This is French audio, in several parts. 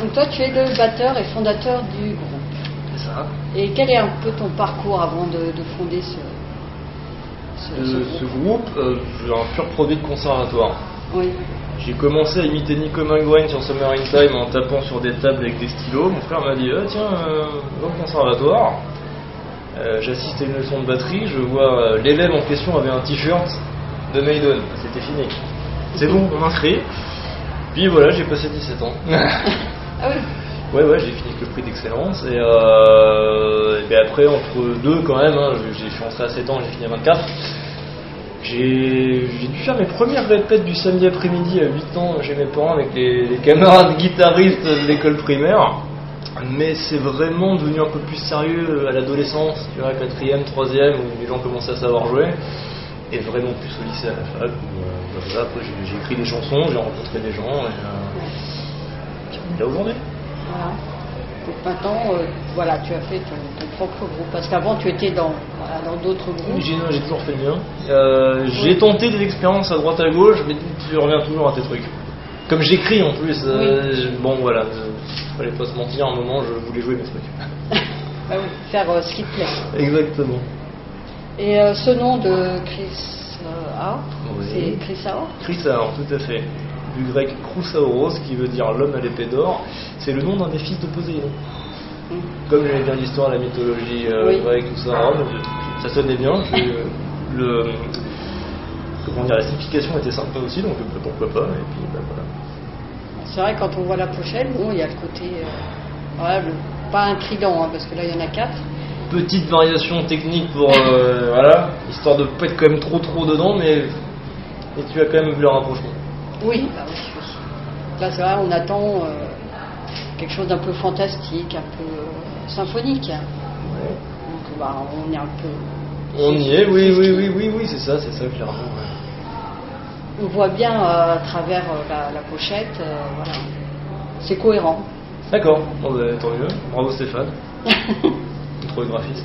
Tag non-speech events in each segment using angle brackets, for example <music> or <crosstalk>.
Donc toi, tu es le batteur et fondateur du groupe. C'est ça. Et quel est un peu ton parcours avant de, de fonder ce, ce- ce Euh, ce groupe groupe, euh, j'ai un pur produit de conservatoire. Oui. J'ai commencé à imiter Nico Mangoine sur Summer in Time en tapant sur des tables avec des stylos. Mon frère m'a dit Ah, Tiens, euh, va au conservatoire. Euh, J'assiste à une leçon de batterie. Je vois euh, l'élève en question avait un t-shirt de Maiden. C'était fini. C'est bon, on m'inscrit. Puis voilà, j'ai passé 17 <laughs> ans. Ah oui. Ouais, ouais, j'ai fini avec le prix d'excellence. Et, euh, et ben après, entre deux quand même, hein, je, je suis rentré à 7 ans, j'ai fini à 24. J'ai j'ai dû faire mes premières répètes du samedi après-midi à 8 ans chez mes parents avec les, les camarades guitaristes de l'école primaire. Mais c'est vraiment devenu un peu plus sérieux à l'adolescence, tu vois, quatrième, troisième, où les gens commençaient à savoir jouer. Et vraiment plus au lycée à la fac. où, euh, voilà, après, j'ai j'ai écrit des chansons, j'ai rencontré des gens. Et, euh, là aujourd'hui. Voilà. Donc maintenant, euh, voilà, tu as fait ton, ton propre groupe. Parce qu'avant, tu étais dans voilà, dans d'autres groupes. J'ai non, j'ai toujours fait le mien. Euh, j'ai tenté des expériences à droite à gauche, mais tu reviens toujours à tes trucs. Comme j'écris en plus, euh, je- bon voilà, euh, fallait pas se mentir, à un moment je voulais jouer mes trucs. <laughs> Ah oui, Faire euh, ce qui te plaît. Exactement. Et euh, ce nom de Chris euh, Hour, Oui. c'est Chris Hour Chrysaor, tout à fait. Du grec Chrysaoros, qui veut dire l'homme à l'épée d'or, c'est le nom d'un des fils de Poséidon. Mm. Comme j'aimais bien l'histoire, la mythologie euh, Oui. grecque, tout ça, Rome, ça sonnait bien. puis, euh, le, comment dire, la signification était sympa aussi, donc euh, pourquoi pas, et puis bah, voilà. C'est vrai, quand on voit la prochaine, bon, il y a le côté. euh, voilà, le- pas un trident, hein, parce que là, il y en a quatre. petite variation technique pour euh, voilà, histoire de pas être quand même trop trop dedans, mais et tu as quand même vu le rapprochement. Oui, bah oui, oui. Là, c'est vrai, on attend euh, quelque chose d'un peu fantastique, un peu euh, symphonique. hein. Donc, bah, on est un peu. On c'est- y est, c'est oui, ce oui, qui- oui, oui, oui, c'est ça, c'est ça clairement. ouais. On voit bien euh, à travers euh, la, la pochette, euh, voilà. C'est cohérent. <laughs> D'accord, bon, bah, tant mieux. Bravo Stéphane, trop graphiste.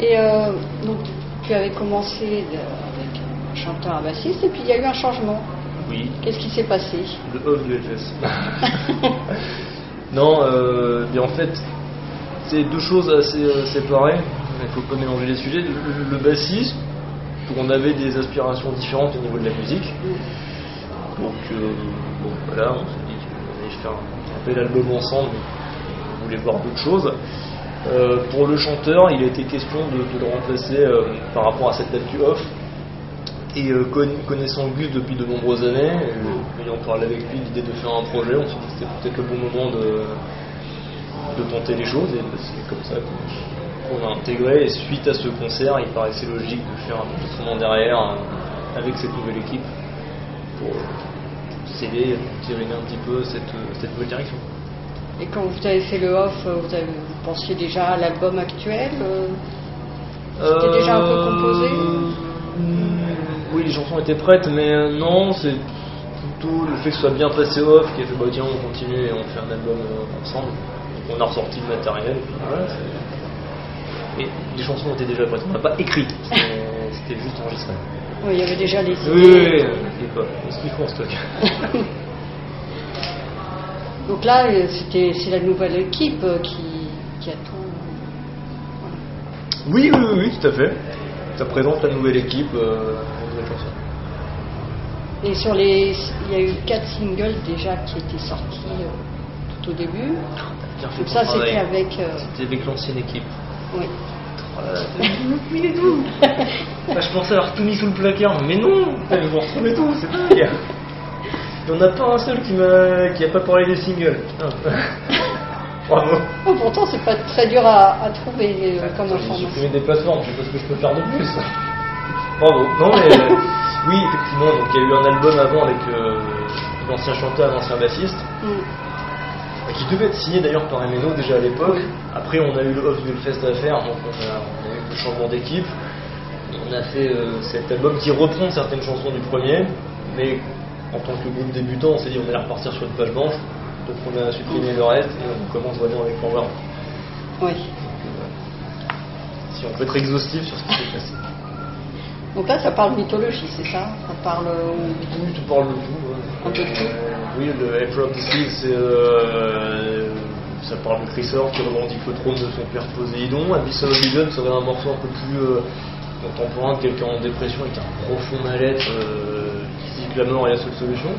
Et euh, donc, tu avais commencé de- avec un chanteur à bassiste, et puis il y a eu un changement. Oui, Qu'est-ce qui s'est passé le off du LFS. <laughs> non, euh, bien en fait, c'est deux choses assez euh, séparées. Il faut pas mélanger les sujets. Le, le bassiste, on avait des aspirations différentes au niveau de la musique. Donc euh, bon, voilà, on s'est dit qu'on allait faire un, un bel album ensemble, mais on voulait voir d'autres choses. Euh, pour le chanteur, il a été question de, de le remplacer euh, par rapport à cette date du off. Et euh, conna- connaissant Gus depuis de nombreuses années, euh, ayant parlé avec lui l'idée de faire un projet, on s'est dit que c'était peut-être le bon moment de, de tenter les choses. Et bah, c'est comme ça qu'on qu'on a intégré. Et suite à ce concert, il paraissait logique de faire un enregistrement derrière euh, avec cette nouvelle équipe pour euh, céder, tirer un petit peu cette, euh, cette nouvelle direction. Et quand vous avez fait le off, euh, vous, avez- vous pensiez déjà à l'album actuel euh, Euh, C'était déjà un peu composé Mm, Oui, les chansons étaient prêtes, mais euh, non, c'est plutôt le fait que ce soit bien passé off qui a fait bah tiens, on continue et on fait un album euh, ensemble. Donc, on a ressorti le matériel, et puis voilà. c'est- Et les chansons étaient déjà prêtes, on n'a pas écrit, <laughs> c'était c'était juste enregistré. Oui, il y avait déjà les idées. Oui, oui, oui, et quoi, ce qu'il faut en stock. <laughs> Donc là, euh, c'était c'est la nouvelle équipe euh, qui, qui a tout. <laughs> Oui, oui, oui, oui, tout à fait. Ça présente la nouvelle équipe, euh, la nouvelle chanson. Et sur les, il y a eu quatre singles déjà qui étaient sortis euh, tout au début. Bien fait Donc ton ça, travail. c'était avec. euh, C'était avec l'ancienne équipe. oui. Bah, je pensais avoir tout mis sous le placard, mais non Vous vous retrouvez tout, c'est dingue Il n'y en a pas un seul qui m'a qui a pas parlé des singles. Putain. <laughs> Bravo Oh, pourtant, c'est pas très dur à, à trouver euh, comme J'ai information. supprimé des plateformes, je sais pas ce que je peux faire de plus. Bravo. Non mais euh, oui, effectivement, donc il y a eu un album avant avec euh, l'ancien chanteur, l'ancien bassiste. Mm. Euh, qui devait être signé d'ailleurs par MNO déjà à l'époque. Après, on a eu le off du Hellfest à faire, donc on a, on a eu le changement d'équipe. On a fait euh, cet album qui reprend certaines chansons du premier, mais en tant que groupe débutant, on s'est dit on allait repartir sur une page blanche, donc on a supprimé le reste et on commence vraiment avec Forward. Oui. Si on peut être exhaustif sur ce qui s'est passé. Donc là, ça parle mythologie, c'est ça Ça parle. euh, Oui, tu parles de hein. tout. ouais. Un peu de tout. Euh, oui, le April of the Sea, c'est euh, ça parle de Chris Orr qui revendique le trône de son père Poséidon. Abyssal Oblivion serait un morceau un peu plus euh, contemporain de quelqu'un en dépression avec un profond mal-être euh, qui dit que la mort est la seule solution.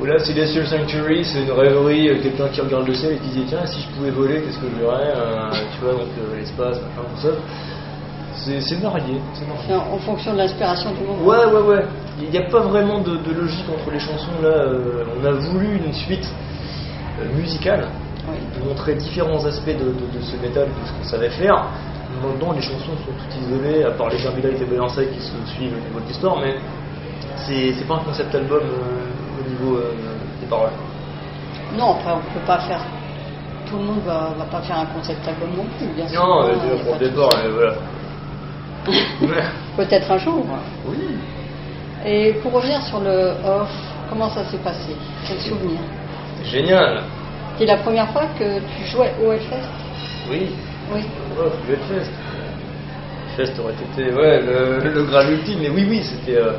Ou là, Celestial Sanctuary, c'est une rêverie, euh, quelqu'un qui regarde le ciel et qui dit tiens, si je pouvais voler, qu'est-ce que je verrais Euh, Tu vois, donc euh, l'espace, machin, tout ça. C'est c'est varié, c'est varié. C'est en, en fonction de l'inspiration du moment. Ouais, ouais, ouais. Il n'y a pas vraiment de, de logique entre les chansons. Là, Euh, on a voulu une suite euh, musicale Oui. de montrer différents aspects de, de- de ce métal, de ce qu'on savait faire. Maintenant, les chansons sont toutes isolées, à part les Germinal et les Balancés qui se suivent au niveau de l'histoire, mais c'est c'est pas un concept album euh, au niveau euh, des paroles. Non, après, on peut pas faire. Tout le monde va, va pas faire un concept album non plus, bien sûr. Non, Hein, euh, y a pour pas le de départ, souci. euh, voilà. Ouais. <laughs> Peut-être un jour. Oui. Et pour revenir sur le off, comment ça s'est passé Quel souvenir C'est Génial. C'est la première fois que tu jouais au Hellfest Oui. Oui. Oh, le Hellfest. Le Hellfest aurait été ouais, le, le graal ultime. Mais oui, oui, c'était euh,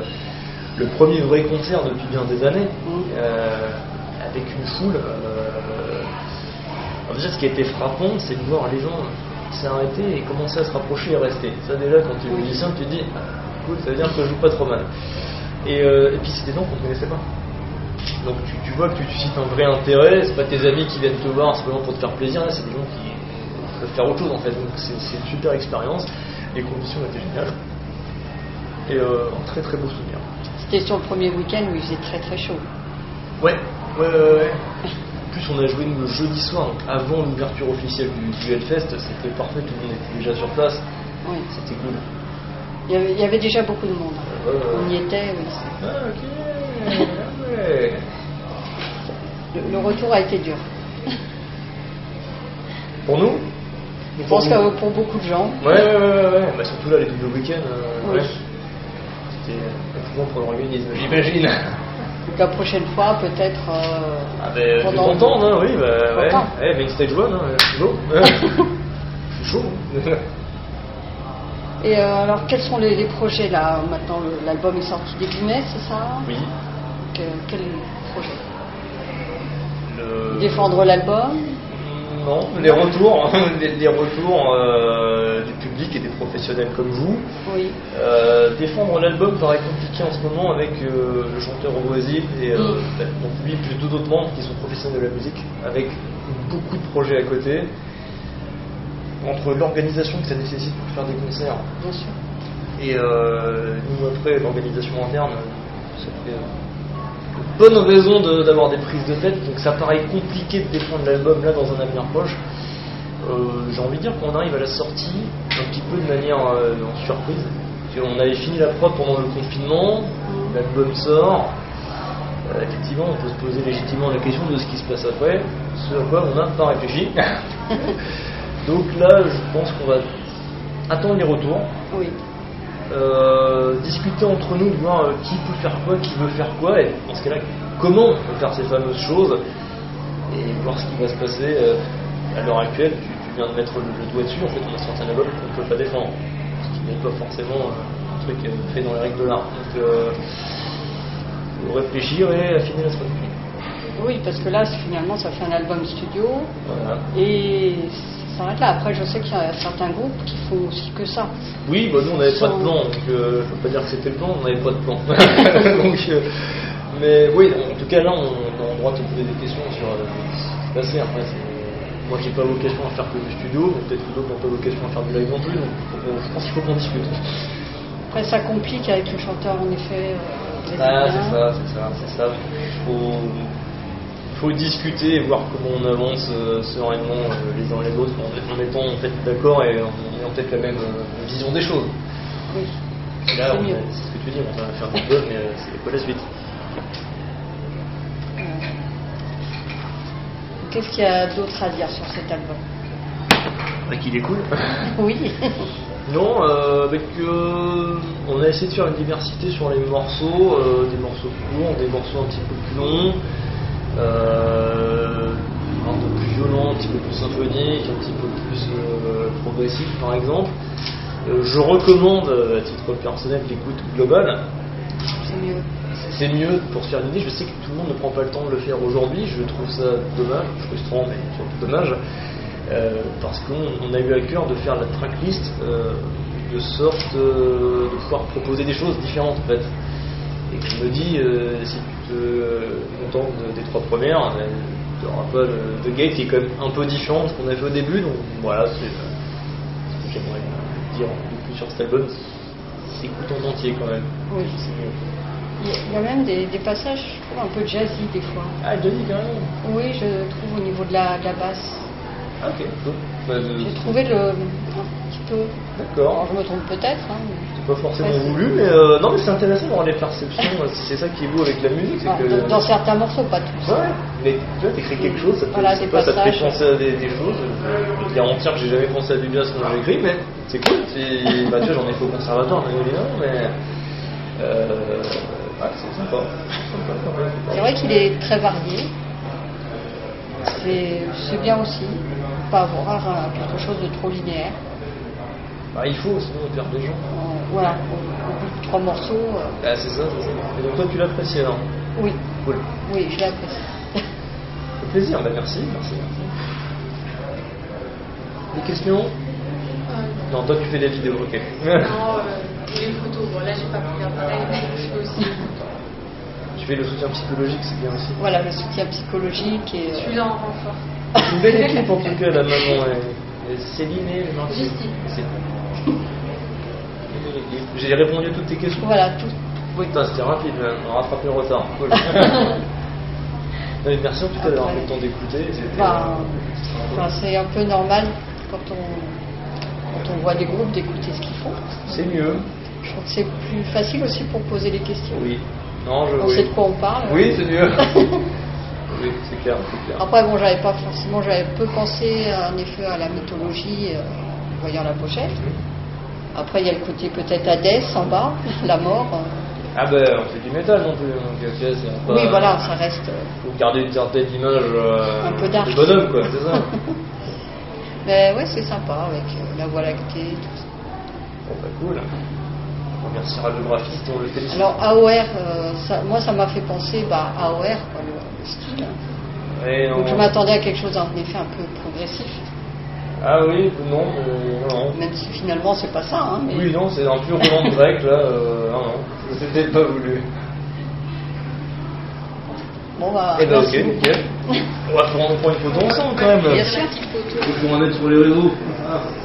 le premier vrai concert depuis bien des années. Mhm. euh, avec une foule. euh, alors déjà, Ah, ce qui a été frappant, c'est de voir les gens s'arrêter et commencer à se rapprocher et rester. Ça, déjà, quand tu es Oui. musicien, tu te dis, ah, cool, ça veut dire que je joue pas trop mal. Et, euh, et puis, c'est des gens qu'on ne connaissait pas. Donc, tu, tu vois que tu suscites un vrai intérêt. C'est pas tes amis qui viennent te voir simplement pour te faire plaisir. Là, c'est des gens qui peuvent faire autre chose, en fait. Donc, c'est c'est une super expérience. Les conditions étaient géniales. Et euh, un très, très beau souvenir. C'était sur le premier week-end où il faisait très très chaud. Ouais, ouais, ouais, ouais. En plus, on a joué le jeudi soir, donc avant l'ouverture officielle du, du Hellfest. C'était parfait, tout le monde était déjà sur place. Oui. C'était cool. Il y avait, il y avait déjà beaucoup de monde. Ouais, ouais, ouais. On y était, oui. c'est- Ah, ok. ah ouais. Le, le retour a été <laughs> dur. Pour nous Je Pour pense nous. que pour beaucoup de gens, Ouais, ouais, ouais, ouais. Bah, surtout là, les doubles week-ends. euh, Oui. ouais. C'était euh, éprouvant pour l'organisme, j'imagine. Donc la prochaine fois, peut-être. euh, Ah, ben, je vais pendant- t'entendre, hein, oui, bah, ouais. Content. Eh, mais une stage one, hein, <laughs> c'est beau. Ouais. C'est chaud. hein. Et euh, alors, quels sont les, les projets là Maintenant, le- l'album est sorti début mai, c'est ça oui. Que- quel projet Le... Défendre l'album Non, les retours, <laughs> les, les retours euh, du public et des professionnels comme vous. Oui. Euh, défendre l'album paraît compliqué en ce moment avec euh, le chanteur Oasis et euh, Mm. bah, donc lui plus deux autres membres qui sont professionnels de la musique avec beaucoup de projets à côté. Entre l'organisation que ça nécessite pour faire des concerts Bien sûr. et euh, nous après l'organisation interne, ça fait euh, bonne raison de- d'avoir des prises de tête, donc ça paraît compliqué de défendre l'album là dans un avenir proche. Euh, J'ai envie de dire qu'on arrive à la sortie un petit peu de manière euh, en surprise. Parce qu'on avait fini la prod pendant le confinement, l'album sort. Euh, effectivement, on peut se poser légitimement la question de ce qui se passe après, ce à quoi on n'a pas réfléchi. Donc là, je pense qu'on va attendre les retours, Oui. euh, discuter entre nous de voir euh, qui peut faire quoi, qui veut faire quoi, et dans ce cas-là, comment on peut faire ces fameuses choses, et voir ce qui va se passer. euh, à l'heure actuelle, tu, tu viens de mettre le, le doigt dessus, en fait, on a sorti un album qu'on ne peut pas défendre, ce qui n'est pas forcément euh, un truc euh, fait dans les règles de l'art. Donc, euh, faut réfléchir et affiner la stratégie. Oui, parce que là, c'est- finalement, ça fait un album studio Voilà. et ça s'arrête là. Après, je sais qu'il y a certains groupes qui font aussi que ça. Oui, bah nous on n'avait pas de plan, donc euh, faut pas dire que c'était le plan, on n'avait pas de <laughs> plan. Donc, euh, mais oui, en tout cas là on on a le droit de se poser des questions sur euh, ce qui se passait. Après, c'est- moi j'ai pas vocation à faire que du studio, peut-être que d'autres n'ont pas vocation à faire du live non plus, donc faut qu'on- je pense qu'il faut qu'on discute. Après, ça complique avec le chanteur, en effet. euh, brésilien. Ah, c'est ça, c'est ça, c'est ça. Faut, faut discuter et voir comment on avance euh, sereinement euh, les uns les autres en, en étant en fait d'accord et en ayant peut-être la même euh, vision des choses. Oui. Et Là, C'est on a- mieux. c'est ce que tu dis, on va faire des bonnes, mais euh, c'est quoi la suite Euh, Qu'est-ce qu'il y a d'autre à dire sur cet album Bah, qu'il est cool. Oui. <laughs> non, euh, avec, euh, on a essayé de faire une diversité sur les morceaux, euh, des morceaux courts, des morceaux un petit peu plus longs, euh, un peu plus violents, un petit peu plus symphoniques, un petit peu plus euh, progressifs par exemple. Euh, je recommande, euh, à titre personnel, l'écoute globale. c'est mieux. C'est c'est mieux pour se faire une idée. Je sais que tout le monde ne prend pas le temps de le faire aujourd'hui. Je trouve ça dommage, frustrant, mais surtout dommage. Euh, parce qu'on on a eu à cœur de faire la tracklist euh, de sorte euh, de pouvoir proposer des choses différentes en fait. Et que je me dis, euh, si tu te contentes de- des trois premières, euh, tu n'auras pas le, de gate qui est quand même un peu différent de ce qu'on a fait au début. Donc voilà, c'est euh, ce que j'aimerais dire depuis sur cet album. C'est écoute en entier quand même. Oui. C'est mieux. Il y a- il y a même des, des passages, je trouve, un peu jazzy des fois. Ah, Johnny quand même. Oui, je trouve au niveau de la, de la basse. Ah, ok, cool. Bah, je- J'ai trouvé le, un petit peu. D'accord. Alors, je me trompe peut-être. hein, mais- C'est pas forcément Facile. voulu, mais euh, non, mais c'est intéressant d'avoir les perceptions. euh, c'est ça qui est beau avec la musique, c'est Enfin, que dans, dans certains morceaux, pas tous. ouais, mais tu vois, t'écris quelque chose, ça te, Voilà, je des sais pas, ça te fait passages. penser à des, des choses. Je te garantir que j'ai jamais pensé à du jazz quand j'ai écrit, mais c'est cool. C'est- bah, tu vois, j'en ai fait au conservatoire, bien évidemment, mais euh, ouais, c'est sympa. Sympa, quand même. C'est vrai qu'il est très varié. C'est c'est bien aussi, pas avoir euh, quelque chose de trop linéaire. Bah, il faut, sinon on perd des gens. On- voilà, au, au bout de trois morceaux, euh, Ah, c'est ça, c'est ça. Et donc toi, tu l'apprécies alors oui, Cool. oui, je l'apprécie. Au plaisir, bah, merci, merci, merci. Des questions Euh, Non, toi tu fais des vidéos, ok. non, euh, les photos, bon, là j'ai pas pris l'appareil, mais je fais aussi les photos. <laughs> tu fais le soutien psychologique, c'est bien aussi. <laughs> Voilà, le soutien psychologique et. Je euh, suis là en renfort. C'est une belle équipe en tout cas, la maman et, et Céline et Martine. Justine. C'est- Une belle équipe. J'ai répondu à toutes tes questions. Voilà, tout. <laughs> Oui, putain, c'était rapide, hein. on rattrape le retard. Cool. Non, mais merci en tout cas d'avoir pris le temps d'écouter. C'était- euh, Enfin, enfin, Bah, c'est un peu normal quand on, quand on voit des groupes d'écouter ce qu'ils font. C'est mieux. Je trouve que c'est plus facile aussi pour poser des questions. Oui. Non, je. On oui. sait de quoi on parle. Oui, c'est mieux. <laughs> oui, c'est clair, c'est clair. Après, bon, j'avais pas forcément, j'avais peu pensé euh, en effet à la mythologie euh, en voyant la pochette. Hum. Après, il y a le côté peut-être Hadès en bas, la mort. Ah ben, on fait du métal non plus. Donc, ok, c'est Oui, pas- voilà, ça reste. euh, Faut garder une certaine image euh, Un peu dark. de bonhomme, quoi, c'est ça. <laughs> Mais ouais, c'est sympa avec euh, la voie lactée. tout ça. Bon, bah, cool. On remerciera le graphiste, on le félicite. Alors, AOR, euh, ça- moi, ça m'a fait penser bah, à AOR, quoi, le, le style. Et on- Donc, je m'attendais à quelque chose en effet un peu progressif, Ah oui, non, euh, non. même si finalement, c'est pas ça. hein, mais- Oui, non, c'est un pur roman de grec, là. euh, non, non, c'était pas voulu. Bon, bah, Eh ben, ok, merci beaucoup. nickel. On va prendre, on prend une photo ensemble, quand même. Bien sûr. Faut qu'on en mette sur les réseaux. Ah.